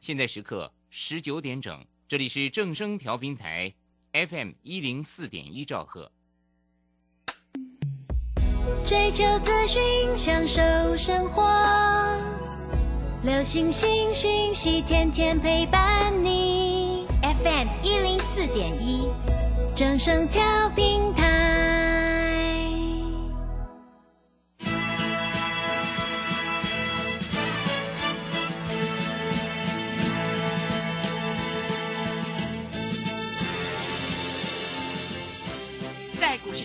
现在时刻十九点整，这里是正声调频台 FM 一零四点一兆赫。追求资讯，享受生活，流星星讯息，天天陪伴你。FM 一零四点一，正声调频台。在股市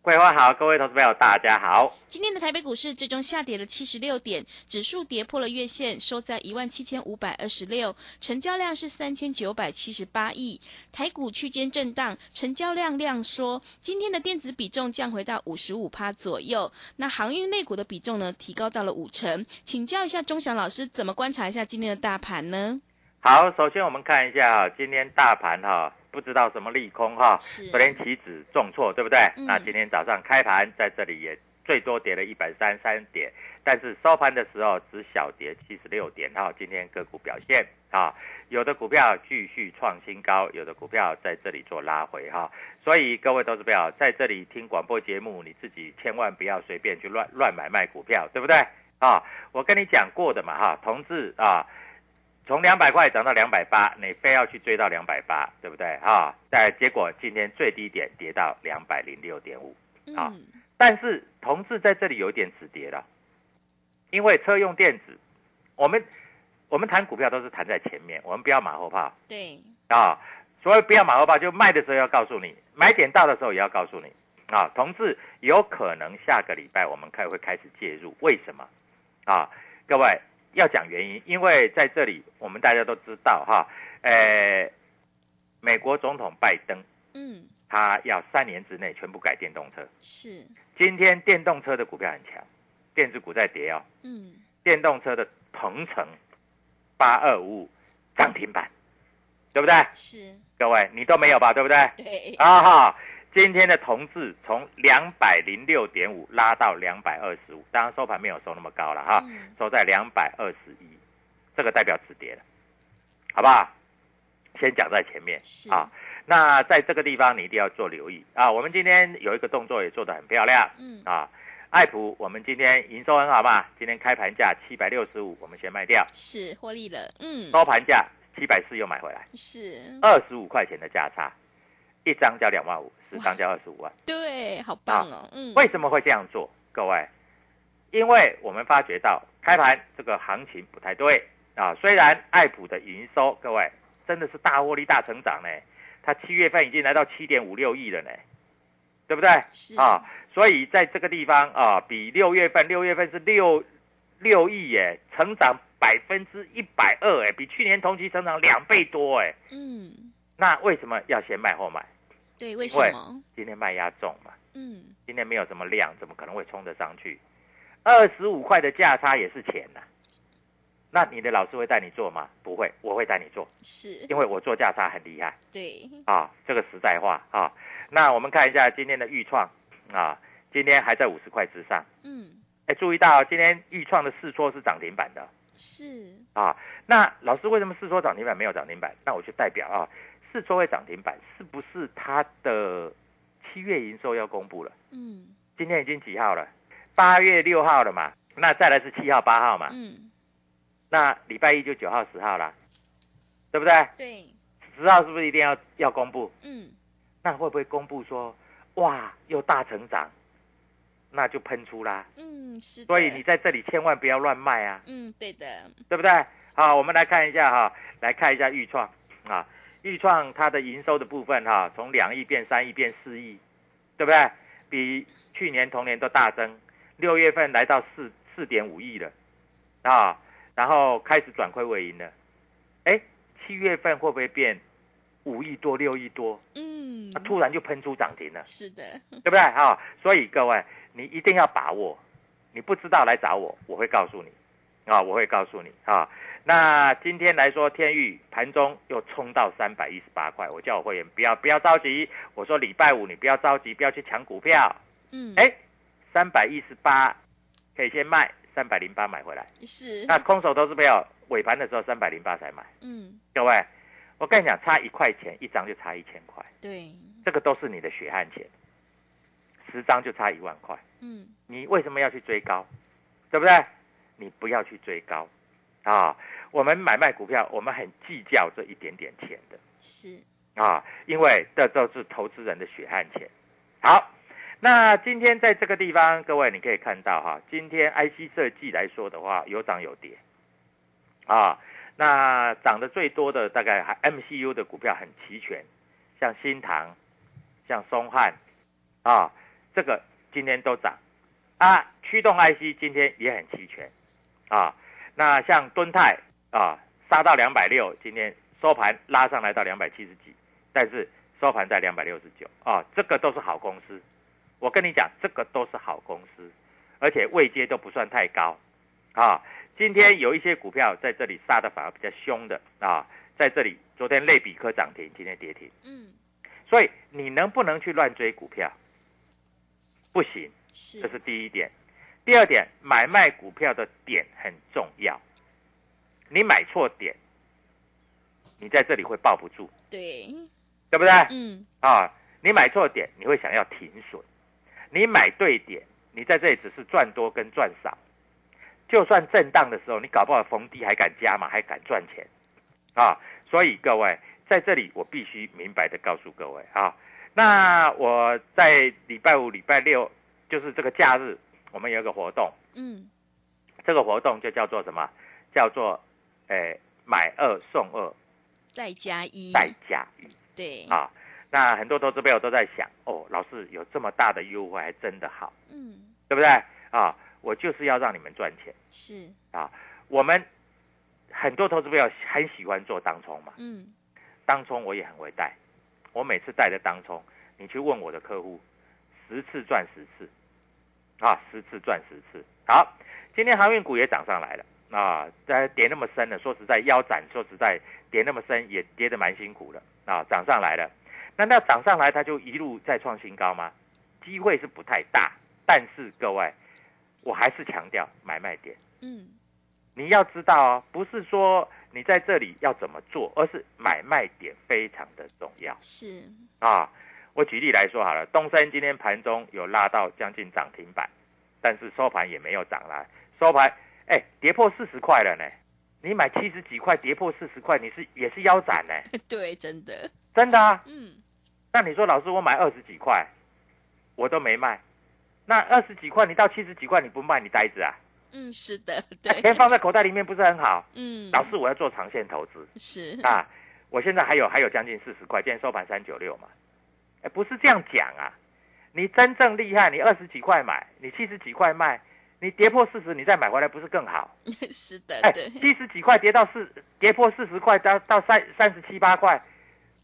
桂花好，各位投资朋友大家好。今天的台北股市最终下跌了七十六点，指数跌破了月线，收在一万七千五百二十六，成交量是三千九百七十八亿。台股区间震荡，成交量量缩。今天的电子比重降回到五十五趴左右，那航运类股的比重呢提高到了五成。请教一下钟祥老师，怎么观察一下今天的大盘呢？好，首先我们看一下哈、今天大盘哈、不知道什么利空哈、是昨天期指重挫，对不对？嗯那今天早上开盘在这里也最多跌了一百三三点，但是收盘的时候只小跌七十六点哈、今天个股表现啊，有的股票继续创新高，有的股票在这里做拉回哈、所以各位投资朋友在这里听广播节目，你自己千万不要随便去乱乱买卖股票，对不对？啊，我跟你讲过的嘛哈、同志啊。从两百块涨到两百八，你非要去追到两百八，对不对啊？但结果今天最低点跌到两百零六点五，好嗯，但是同志在这里有一点止跌了，因为车用电子，我们我们谈股票都是谈在前面，我们不要马后炮对，啊。所谓不要马后炮，就卖的时候要告诉你，买点到的时候也要告诉你啊。同志有可能下个礼拜我们开会开始介入，为什么？啊，各位要讲原因，因为在这里我们大家都知道哈，呃，美国总统拜登嗯，他要三年之内全部改电动车。是，今天电动车的股票很强，电子股在跌哦，嗯，电动车的鹏程八二五五涨停板，对不对？是，各位你都没有吧，对不对？对，啊哈，今天的同志从两百零六点五拉到两百二十五，当然收盘没有收那么高了哈。嗯，收在两百二十一，这个代表止跌了，好不好？先讲在前面是啊。那在这个地方你一定要做留意啊。我们今天有一个动作也做得很漂亮嗯，啊。爱普，我们今天营收很好嘛，今天开盘价七百六十五，我们先卖掉，是获利了，嗯，收盘价七百四又买回来，是，二十五块钱的价差，一张叫两万五，十张叫二十五万。对，好棒哦，嗯，为什么会这样做？各位，因为我们发觉到开盘这个行情不太对啊。虽然爱普的营收，各位真的是大获利、大成长呢，它七月份已经来到七点五六亿了呢，对不对？是啊，所以在这个地方啊，比六月份，六月份是六六亿耶，成长百分之一百二哎，比去年同期成长两倍多哎。嗯，那为什么要先卖后买？对，为什喂么？今天卖压重嘛。嗯，今天没有什么量，怎么可能会冲得上去？二十五块的价差也是钱呐、那你的老师会带你做吗？不会，我会带你做，是因为我做价差很厉害对，啊，这个实在话啊。那我们看一下今天的预创啊，今天还在五十块之上。嗯，哎，注意到今天预创的试错是涨停板的，是啊。那老师为什么四戳涨停板没有涨停板？那我就代表啊，四戳会涨停板是不是它的七月营收要公布了？嗯今天已经几号了？八月六号了嘛？那再来是七号、八号嘛？嗯，那礼拜一就九号、十号啦，对不对？对，十号是不是一定要要公布？嗯那会不会公布说，哇，又大成长，那就喷出啦？嗯是的。所以你在这里千万不要乱卖啊，嗯对的，对不对？好，我们来看一下哈，来看一下豫创啊，豫创它的营收的部分哈，从两亿变三亿变四亿，对不对？比去年同年都大增，六月份来到四四点五亿了，啊，然后开始转亏为盈了，哎，七月份会不会变五亿多六亿多？嗯它突然就喷出涨停了。是的，对不对？哈、所以各位，你一定要把握，你不知道来找我，我会告诉你，啊，我会告诉你啊。那今天来说，天域盘中又冲到三百一十八块，我叫我会员不要不要着急，我说礼拜五你不要着急，不要去抢股票，嗯哎，三百一十八可以先卖，三百零八买回来。是，那空手投资朋友尾盘的时候三百零八才买，嗯各位，我跟你讲，差一块钱一张就差一千块，对，这个都是你的血汗钱，十张就差一万块。嗯你为什么要去追高？对不对？你不要去追高啊！我们买卖股票，我们很计较这一点点钱的是，啊，因为这都是投资人的血汗钱。好，那今天在这个地方，各位你可以看到哈、今天 IC 设计来说的话，有涨有跌啊。那涨得最多的大概还 MCU 的股票很齐全，像新唐、像松汉啊，这个今天都涨。啊，驱动 IC 今天也很齐全，啊，那像敦泰啊，杀到两百六，今天收盘拉上来到两百七十几，但是收盘在两百六十九，啊，这个都是好公司，我跟你讲，这个都是好公司，而且位阶都不算太高，啊，今天有一些股票在这里杀的反而比较凶的啊，在这里昨天类比科涨停，今天跌停，嗯所以你能不能去乱追股票？不行。是，这是第一点。第二点，买卖股票的点很重要，你买错点，你在这里会抱不住，对，对不对？嗯啊，你买错点，你会想要停损；你买对点，你在这里只是赚多跟赚少。就算震荡的时候，你搞不好逢低还敢加码，还敢赚钱啊！所以各位在这里，我必须明白的告诉各位啊，那我在礼拜五、礼拜六，就是这个假日，我们有一个活动，嗯这个活动就叫做什么？叫做，诶、买二送二，再加一，再加一。对，啊。那很多投资朋友都在想，哦，老师有这么大的优惠，还真的好，嗯对不对啊？我就是要让你们赚钱。是，我们很多投资朋友很喜欢做当冲嘛，嗯当冲我也很会带，我每次带的当冲，你去问我的客户，十次赚十次，啊，十次赚十次。好，今天航运股也涨上来了。啊，在跌那么深了，说实在腰斩，说实在跌那么深也跌得蛮辛苦的啊，涨上来了，难道涨上来它就一路在创新高吗？机会是不太大，但是各位，我还是强调买卖点。嗯你要知道哦，不是说你在这里要怎么做，而是买卖点非常的重要是，啊。我举例来说好了，东升今天盘中有拉到将近涨停板，但是收盘也没有涨啦，收盘哎跌破四十块了呢。你买七十几块跌破四十块，你是也是腰斩呢，对，真的，真的啊。嗯那你说老师，我买二十几块，我都没卖，那二十几块你到七十几块你不卖，你呆子啊？嗯是的，对，钱放在口袋里面不是很好？嗯哎老师，我要做长线投资。 是，啊，我现在还有还有将近四十块，今天收盘三九六嘛。哎，不是这样讲啊，你真正厉害，你二十几块买，你七十几块卖，你跌破四十，你再买回来不是更好？ 是的哎，，呃对，七十几块跌到四，跌破四十块到到三三十七八块，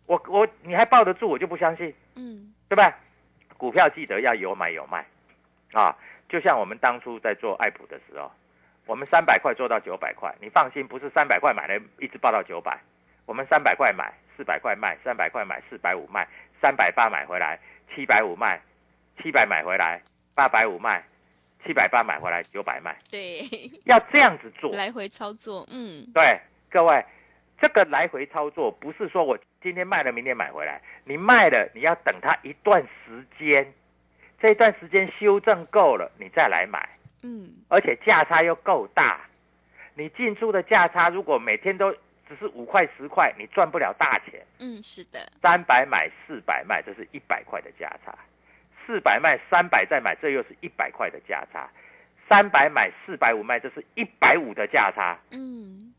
我我你还抱得住，我就不相信，嗯对吧？股票记得要有买有卖，啊，就像我们当初在做爱普的时候，我们三百块做到九百块，你放心，不是三百块买了一直报到九百，我们三百块买，四百块卖，三百块买，四百五卖，三百八买回来，七百五卖，七百买回来，八百五卖，七百八买回来九百卖，对， 要这样子做。来回操作，嗯，对，各位，这个来回操作不是说我今天卖了，明天买回来。你卖了，你要等它一段时间，这一段时间修正够了，你再来买，嗯，而且价差又够大。你进出的价差如果每天都只是五块十块，你赚不了大钱。嗯，是的，三百买四百卖，这是一百块的价差；四百卖三百再买，这又是一百块的价差；三百买四百五卖，这是一百五的价差。嗯，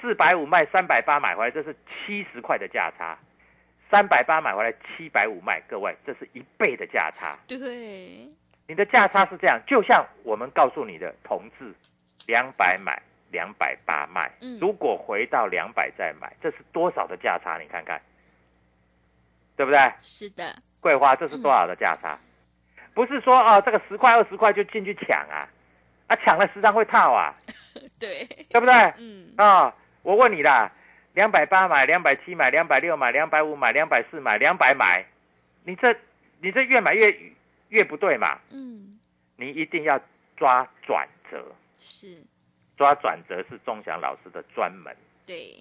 四百五卖三百八买回来，这是七十块的价差；三百八买回来七百五卖，各位，这是一倍的价差。对，你的价差是这样，就像我们告诉你的同志，两百买，两百八卖嗯，如果回到两百再买，这是多少的价差？你看看，对不对？是的，桂花这是多少的价差？不是说哦，这个十块二十块就进去抢啊，啊抢了十张会套啊，对，对不对？嗯，啊、我问你啦，两百八买，两百七买，两百六买，两百五买，两百四买，两百买，你这你这越买越越不对嘛，嗯，你一定要抓转折，是，抓转折是钟祥老师的专门对，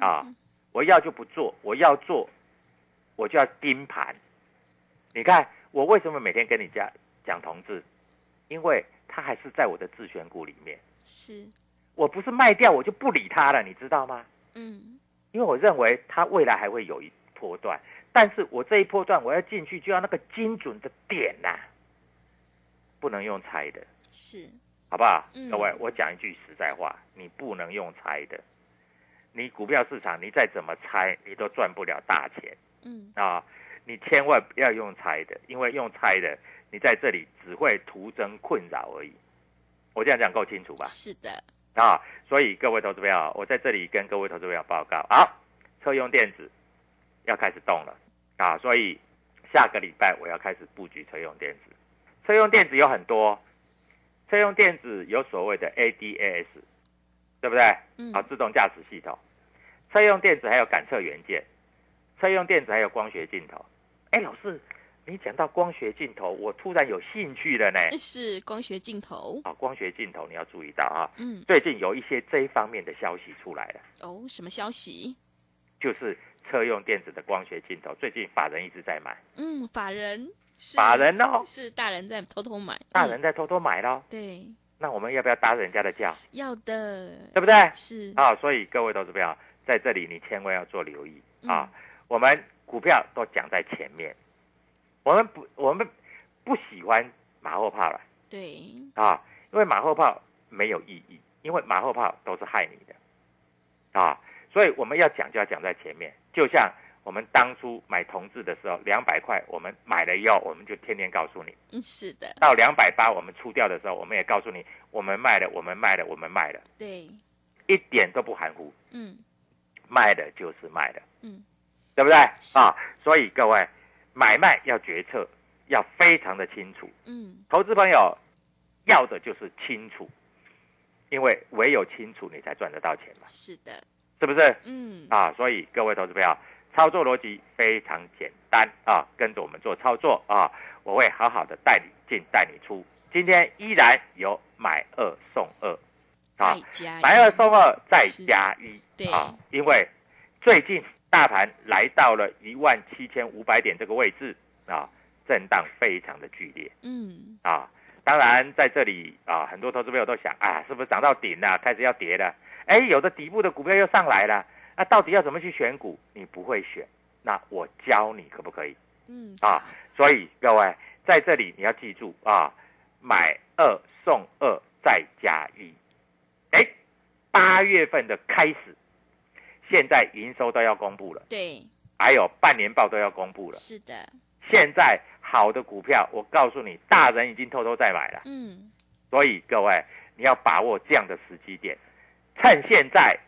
啊、我要就不做，我要做，我就要盯盘。你看我为什么每天跟你讲讲同志，因为他还是在我的自选股里面，是，我不是卖掉我就不理他了，你知道吗？嗯，因为我认为它未来还会有一波段，但是我这一波段我要进去就要那个精准的点呐、不能用猜的，是，好不好？嗯各位，我讲一句实在话，你不能用猜的，你股票市场你再怎么猜，你都赚不了大钱嗯，啊！你千万不要用猜的，因为用猜的，你在这里只会徒增困扰而已。我这样讲够清楚吧？是的，啊，所以各位投资朋友，我在这里跟各位投资朋友报告，好，车用电子要开始动了啊，所以下个礼拜我要开始布局车用电子。车用电子有很多，车用电子有所谓的 ADAS，对不对？嗯啊，自动驾驶系统，车用电子还有感测元件，车用电子还有光学镜头。哎，老师，你讲到光学镜头，我突然有兴趣了呢。是光学镜头，啊，光学镜头你要注意到啊。嗯，最近有一些这一方面的消息出来了，哦，什么消息？就是车用电子的光学镜头，最近法人一直在买，嗯，法人是法人哦，是大人在偷偷买，大人嗯、在偷偷买咯。对，那我们要不要搭人家的轿，要的对不对？是，啊，所以各位投资朋友，在这里你千万要做留意嗯啊。我们股票都讲在前面，我们不我们不喜欢马后炮了对，啊，因为马后炮没有意义，因为马后炮都是害你的啊，所以我们要讲就要讲在前面，就像我们当初买同志的时候，两百块我们买了以后，我们就天天告诉你，嗯，是的，到两百八我们出掉的时候，我们也告诉你，我们卖了，我们卖了，我们卖了，对，一点都不含糊，嗯，卖了就是卖了，嗯，对不对是啊？所以各位买卖要决策要非常的清楚，嗯，投资朋友要的就是清楚，因为唯有清楚你才赚得到钱嘛，是的，是不是？嗯，啊，所以各位投资朋友，操作逻辑非常简单啊，跟着我们做操作啊，我会好好的带你进带你出。今天依然有买二送二，啊再，加买哎一二送二再是加一，对啊，因为最近大盘来到了一万七千五百点这个位置啊，震荡非常的剧烈。嗯，啊。当然，在这里啊，很多投资朋友都想啊，是不是涨到顶了，开始要跌了？哎，有的底部的股票又上来了，那、到底要怎么去选股？你不会选，那我教你可不可以嗯，啊？所以各位在这里你要记住啊，买二送二再加一。哎，八月份的开始，现在营收都要公布了，对，还有半年报都要公布了。是的，现在好的股票，我告诉你，大人已经偷偷在买了。嗯，所以各位，你要把握这样的时机点，趁现在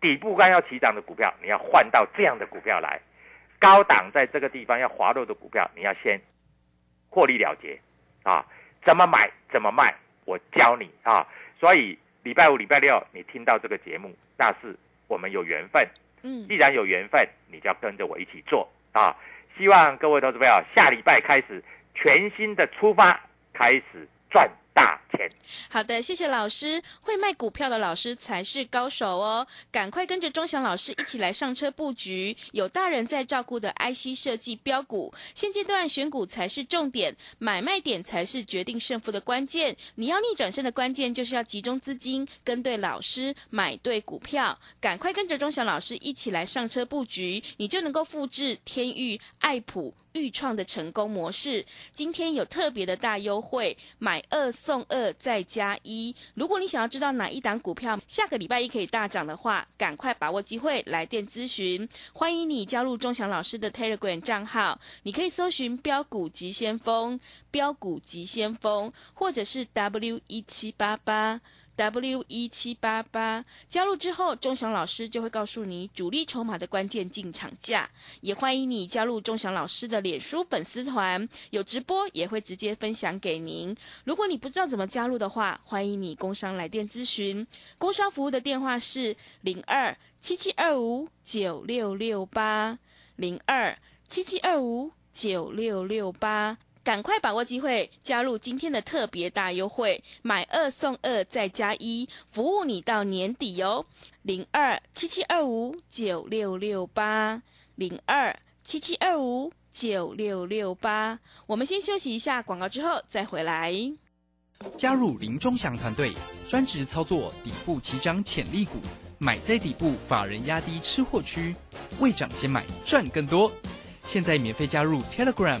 底部刚要起涨的股票，你要换到这样的股票来；高档在这个地方要滑落的股票，你要先获利了结啊！怎么买，怎么卖，我教你啊！所以礼拜五、礼拜六你听到这个节目，那是我们有缘分。嗯既，然有缘分，你就要跟着我一起做啊！希望各位投资朋友下礼拜开始全新的出发，开始赚大钱。好的，谢谢老师。会卖股票的老师才是高手哦！赶快跟着钟祥老师一起来上车布局，有大人在照顾的 IC 设计标股。现阶段选股才是重点，买卖点才是决定胜负的关键。你要逆转胜的关键就是要集中资金，跟对老师，买对股票。赶快跟着钟祥老师一起来上车布局，你就能够复制天域、爱普。预创的成功模式，今天有特别的大优惠，买二送二再加一。如果你想要知道哪一档股票下个礼拜一可以大涨的话，赶快把握机会来电咨询。欢迎你加入钟祥老师的 Telegram 账号，你可以搜寻“标股急先锋”、“标股急先锋”或者是 W 一七八八。W 一七八八加入之后，钟祥老师就会告诉你主力筹码的关键进场价。也欢迎你加入钟祥老师的脸书粉丝团，有直播也会直接分享给您。如果你不知道怎么加入的话，欢迎你工商来电咨询。工商服务的电话是零二七七二五九六六八零二七七二五九六六八。赶快把握机会，加入今天的特别大优惠，买二送二再加一，服务你到年底哦。零二七七二五九六六八，零二七七二五九六六八。我们先休息一下广告，之后再回来。加入林中祥团队，专职操作底部起涨潜力股，买在底部，法人压低吃货区，未涨先买赚更多。现在免费加入 Telegram，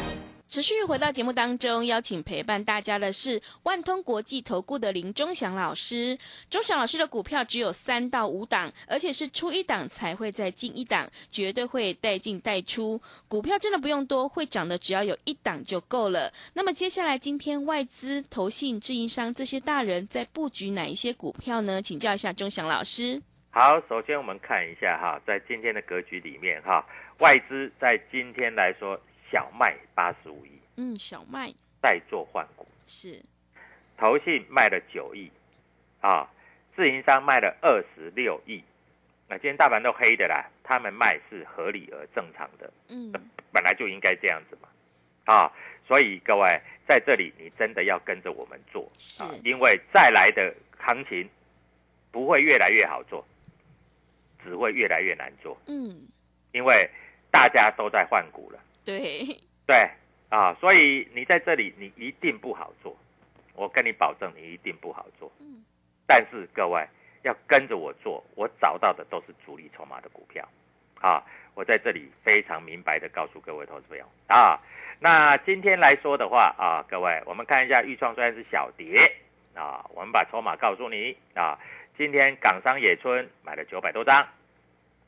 持续回到节目当中，邀请陪伴大家的是万通国际投顾的林忠祥老师。忠祥老师的股票只有三到五档，而且是出一档才会再进一档，绝对会带进带出。股票真的不用多，会涨的只要有一档就够了。那么接下来，今天外资、投信、自营商这些大人在布局哪一些股票呢？请教一下忠祥老师。好，首先我们看一下哈，在今天的格局里面哈，外资在今天来说小卖八十五亿，嗯，小麦再做换股，是投信卖了九亿，啊，自营商卖了二十六亿。那今天大盘都黑的啦，他们卖是合理而正常的，嗯本来就应该这样子嘛，啊，所以各位在这里你真的要跟着我们做是啊，因为再来的行情不会越来越好做，只会越来越难做，嗯，因为大家都在换股了，对，对啊，所以你在这里你一定不好做，我跟你保证你一定不好做，嗯但是各位要跟着我做，我找到的都是主力筹码的股票，啊，我在这里非常明白的告诉各位投资朋友啊。那今天来说的话啊，各位我们看一下预创虽然是小跌啊，我们把筹码告诉你啊，今天港商野村买了九百多张。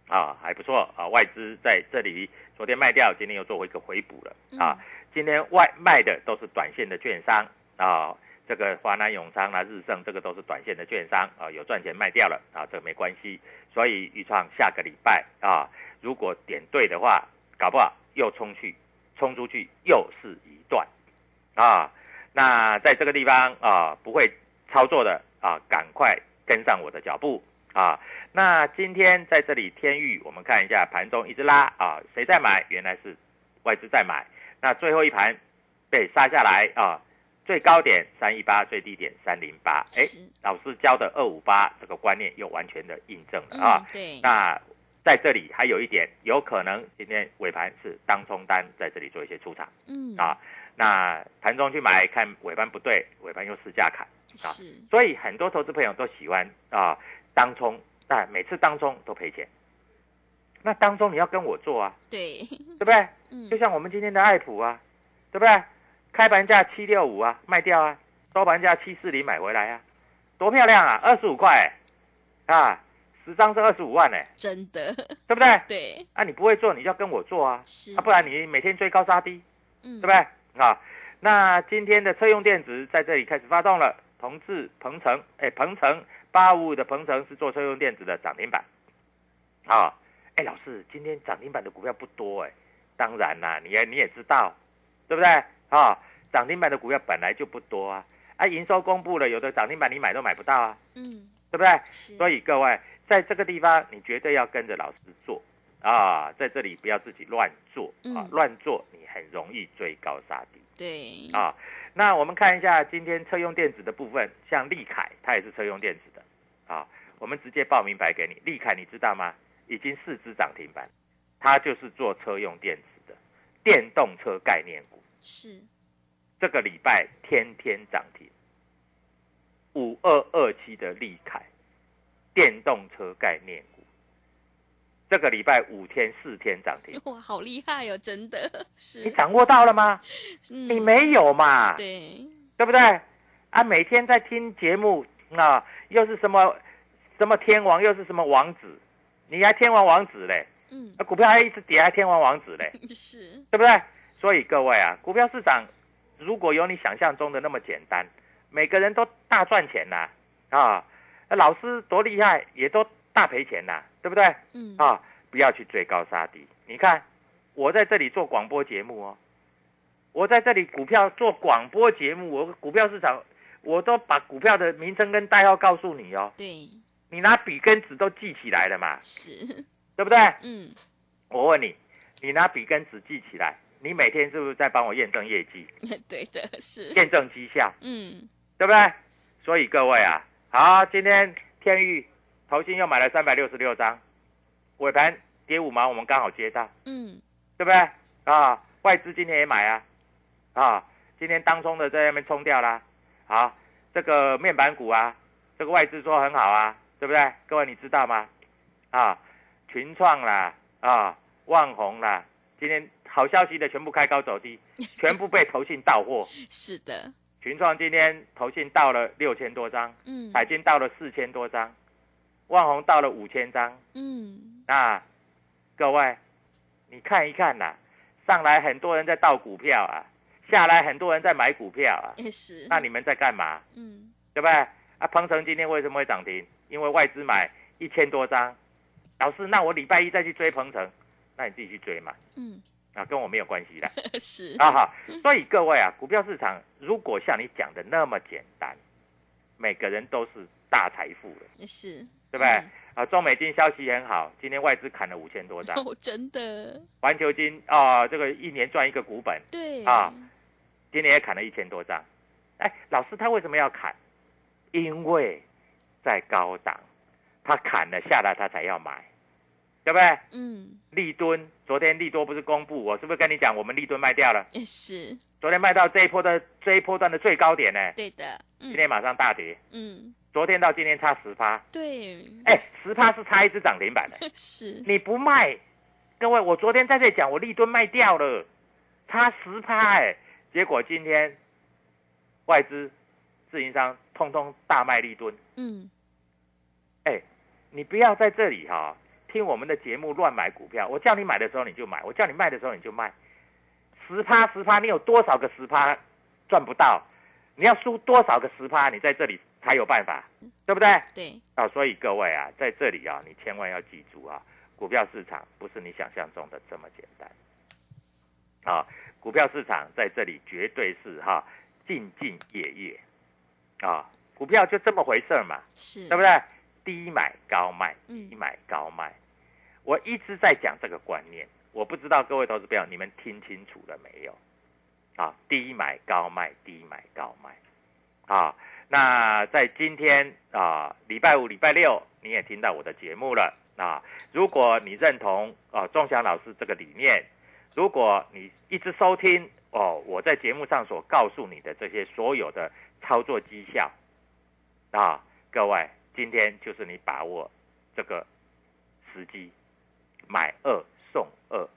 啊，还不错啊！外资在这里昨天卖掉，今天又做回一个回补了啊。今天外卖的都是短线的券商啊，这个华南永昌啊、日盛，这个都是短线的券商啊，有赚钱卖掉了啊，这个没关系。所以预创下个礼拜啊，如果点对的话，搞不好又冲去，冲出去又是一段啊。那在这个地方啊，不会操作的啊，赶快跟上我的脚步啊。那今天在这里天域，我们看一下盘中一直拉啊，谁在买？原来是外资在买。那最后一盘被杀下来啊，最高点三一八，最低点三零八。哎，是老师教的二五八这个观念又完全的印证了嗯啊。对，那在这里还有一点，有可能今天尾盘是当冲单在这里做一些出场。嗯啊那盘中去买，看尾盘不对，尾盘用市价砍。是所以很多投资朋友都喜欢啊当冲，但每次当冲都赔钱。那当中你要跟我做啊，对，对不对？嗯就像我们今天的爱普啊，对不对？开盘价七六五啊，卖掉啊，收盘价七四零买回来啊，多漂亮啊，二十五块、啊，十张是二十五万哎、真的，对不对？对，啊，你不会做，你就要跟我做啊，是啊，不然你每天追高杀低，嗯，对不对？啊，那今天的车用电子在这里开始发动了，同志、鹏程，哎，鹏程八五五的鹏程是做车用电子的涨停板，啊，哎，老师，今天涨停板的股票不多哎、当然啦，你也你也知道，对不对？啊、涨停板的股票本来就不多啊，啊，营收公布了，有的涨停板你买都买不到啊，嗯，对不对？是，所以各位在这个地方，你绝对要跟着老师做啊，在这里不要自己乱做啊嗯，乱做你很容易追高杀低。对，啊。那我们看一下今天车用电子的部分，像利凯，它也是车用电子的啊。我们直接报名牌给你，利凯你知道吗？已经四只涨停板，它就是做车用电子的电动车概念股，是，这个礼拜天天涨停。五二二七的利凯，电动车概念股，这个礼拜五天四天涨停，哇，好厉害哦，真的你是，掌握到了吗？嗯你没有嘛？对，对不对？啊，每天在听节目，啊，又是什么什么天王，又是什么王子，你还天王王子嘞？嗯，啊，股票还一直跌，还天王王子嘞，是，对不对？所以各位啊，股票市场如果有你想象中的那么简单，每个人都大赚钱呐、啊，那老师多厉害，也都大赔钱呐、对不对？嗯，啊，不要去追高杀低。你看，我在这里做广播节目哦，我在这里股票做广播节目，我股票市场我都把股票的名称跟代号告诉你哦，对，你拿笔跟纸都记起来了嘛，是，对不对？嗯，我问你，你拿笔跟纸记起来，你每天是不是在帮我验证业绩、对的，是，验证绩效，嗯，对不对？所以各位啊，好，今天天宇投信又买了三百六十六张，尾盘跌五毛，我们刚好接到。嗯，对不对？啊，外资今天也买啊，啊，今天当冲的在那边冲掉啦。好，这个面板股啊，这个外资说很好啊，对不对？各位你知道吗？啊，群创啦，啊，万宏啦，今天好消息的全部开高走低，全部被投信到货。是的，群创今天投信到了六千多张，嗯，海金到了四千多张，万宏到了五千张。嗯，那各位，你看一看呐、上来很多人在倒股票啊，下来很多人在买股票啊，也是，那你们在干嘛？嗯，对不对？啊，鹏程今天为什么会涨停？因为外资买一千多张。老师，那我礼拜一再去追鹏程，那你自己去追嘛，嗯， 啊，跟我没有关系的是，啊哈。所以各位啊，股票市场如果像你讲的那么简单，每个人都是大财富了，是，对不对？嗯啊，中美金消息很好，今天外资砍了五千多张。哦，真的，环球金啊、这个一年赚一个股本，对，啊，今年也砍了一千多张。哎，老师他为什么要砍？因为在高档，他砍了下来，他才要买，对不对？嗯， 利敦昨天利多不是公布，我是不是跟你讲我们利敦卖掉了？也是，昨天卖到这一波的这一波段的最高点呢，对的，嗯今，天马上大跌，嗯，昨天到今天差十趴，对， 哎，十趴是差一只涨停板的。是，你不卖，各位，我昨天在这里讲，我利吨卖掉了，差十趴哎，结果今天外资、自营商通通大卖利吨，嗯，哎，你不要在这里哈、听我们的节目乱买股票，我叫你买的时候你就买，我叫你卖的时候你就卖，十趴十趴，你有多少个十趴赚不到？你要输多少个十趴，你在这里才有办法，对不对？对，啊，所以各位啊，在这里啊，你千万要记住啊，股票市场不是你想象中的这么简单。啊，股票市场在这里绝对是哈、兢兢业业啊，股票就这么回事儿嘛，是，对不对？低买高卖，嗯低买高卖，我一直在讲这个观念，我不知道各位投资朋友你们听清楚了没有？啊，低买高卖，低买高卖，啊，那在今天啊，礼拜五、礼拜六你也听到我的节目了啊。如果你认同啊钟祥老师这个理念，如果你一直收听哦我在节目上所告诉你的这些所有的操作绩效啊，各位今天就是你把握这个时机，买二送二，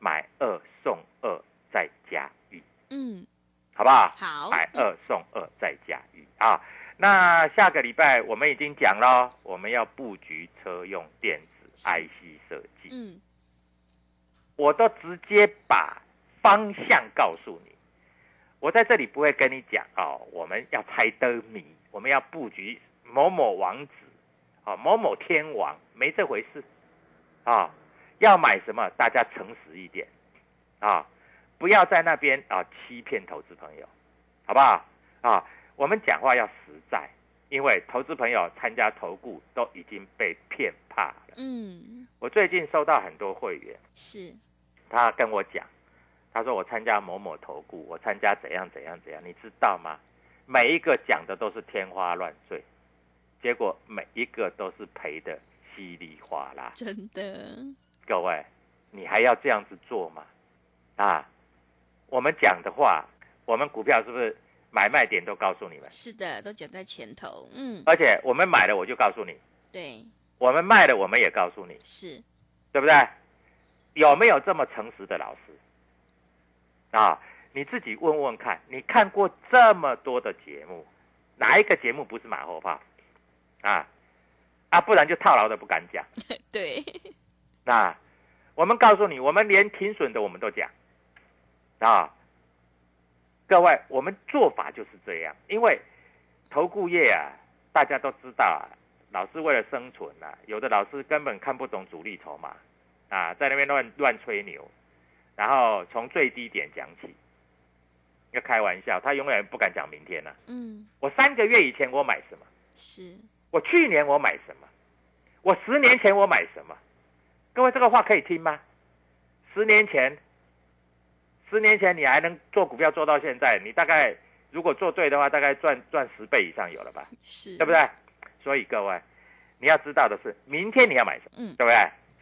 买二送二再加一，嗯，好不好？好，买二送二再加一啊。那下个礼拜我们已经讲了，我们要布局车用电子是 IC 设计，嗯，我都直接把方向告诉你。我在这里不会跟你讲哦，我们要猜灯谜，我们要布局某某王子，啊、某某天王，没这回哦事，啊、要买什么大家诚实一点，啊、不要在那边啊欺骗投资朋友，好不好？啊，我们讲话要实在，因为投资朋友参加投顾都已经被骗怕了。嗯，我最近收到很多会员，是，他跟我讲，他说我参加某某投顾，我参加怎样怎样怎样，你知道吗？每一个讲的都是天花乱坠，结果每一个都是赔的稀里哗啦。真的，各位，你还要这样子做吗？啊，我们讲的话，我们股票是不是买卖点都告诉你们？是的，都讲在前头。嗯，而且我们买了我就告诉你，对，我们卖了我们也告诉你，是，对不对？有没有这么诚实的老师？啊，你自己问问看，你看过这么多的节目，哪一个节目不是马后炮？啊啊，不然就套牢的不敢讲。对， 那我们告诉你，我们连停损的我们都讲啊。各位，我们做法就是这样，因为投顾业啊，大家都知道啊，老师为了生存啊，有的老师根本看不懂主力筹码啊，在那边乱乱吹牛，然后从最低点讲起，要开玩笑，他永远不敢讲明天了、啊嗯，我三个月以前我买什么？是，我去年我买什么？我十年前我买什么？各位，这个话可以听吗？十年前，十年前你还能做股票做到现在，你大概如果做对的话，大概赚赚十倍以上有了吧，是，对不？对？所以各位，你要知道的是，明天你要买什么，嗯对不对？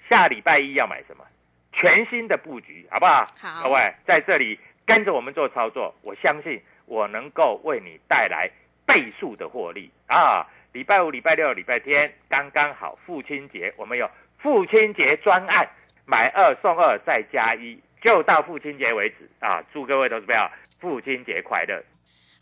下礼拜一要买什么？全新的布局，好不好？好各位在这里跟着我们做操作，我相信我能够为你带来倍数的获利啊！礼拜五、礼拜六、礼拜天刚刚好，父亲节我们有父亲节专案，买二送二再加一，就到父亲节为止啊！祝各位投资朋友父亲节快乐！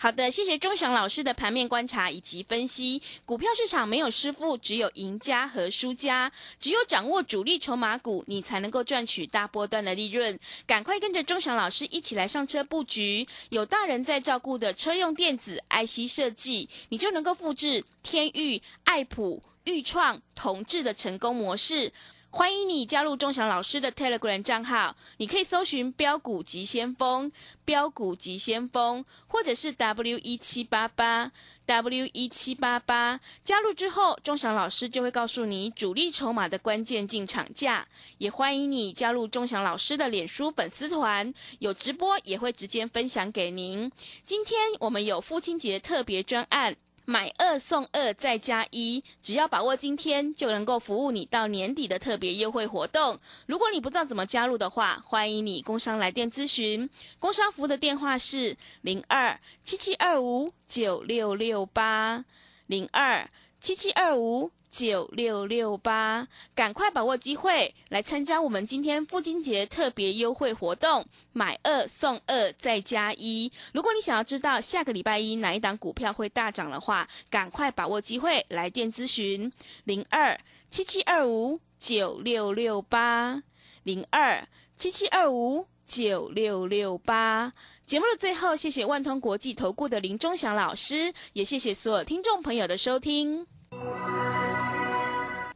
好的，谢谢钟祥老师的盘面观察以及分析。股票市场没有师傅，只有赢家和输家。只有掌握主力筹码股，你才能够赚取大波段的利润。赶快跟着钟祥老师一起来上车布局，有大人在照顾的车用电子 IC 设计，你就能够复制天域、爱普、裕创、同志的成功模式。欢迎你加入钟祥老师的 Telegram 账号，你可以搜寻“标股急先锋”、“标股急先锋”或者是 W 一七八八 W 一七八八。加入之后，钟祥老师就会告诉你主力筹码的关键进场价。也欢迎你加入钟祥老师的脸书粉丝团，有直播也会直接分享给您。今天我们有父亲节特别专案。买二送二再加一，只要把握今天，就能够服务你到年底的特别优惠活动。如果你不知道怎么加入的话，欢迎你工商来电咨询。工商服务的电话是零二七七二五九六六八零二七七二五九六六八，赶快把握机会来参加我们今天父亲节特别优惠活动，买二送二再加一。如果你想要知道下个礼拜一哪一档股票会大涨的话，赶快把握机会来电咨询零二七七二五九六六八零二七七二五九六六八。节目的最后，谢谢万通国际投顾的林忠祥老师，也谢谢所有听众朋友的收听。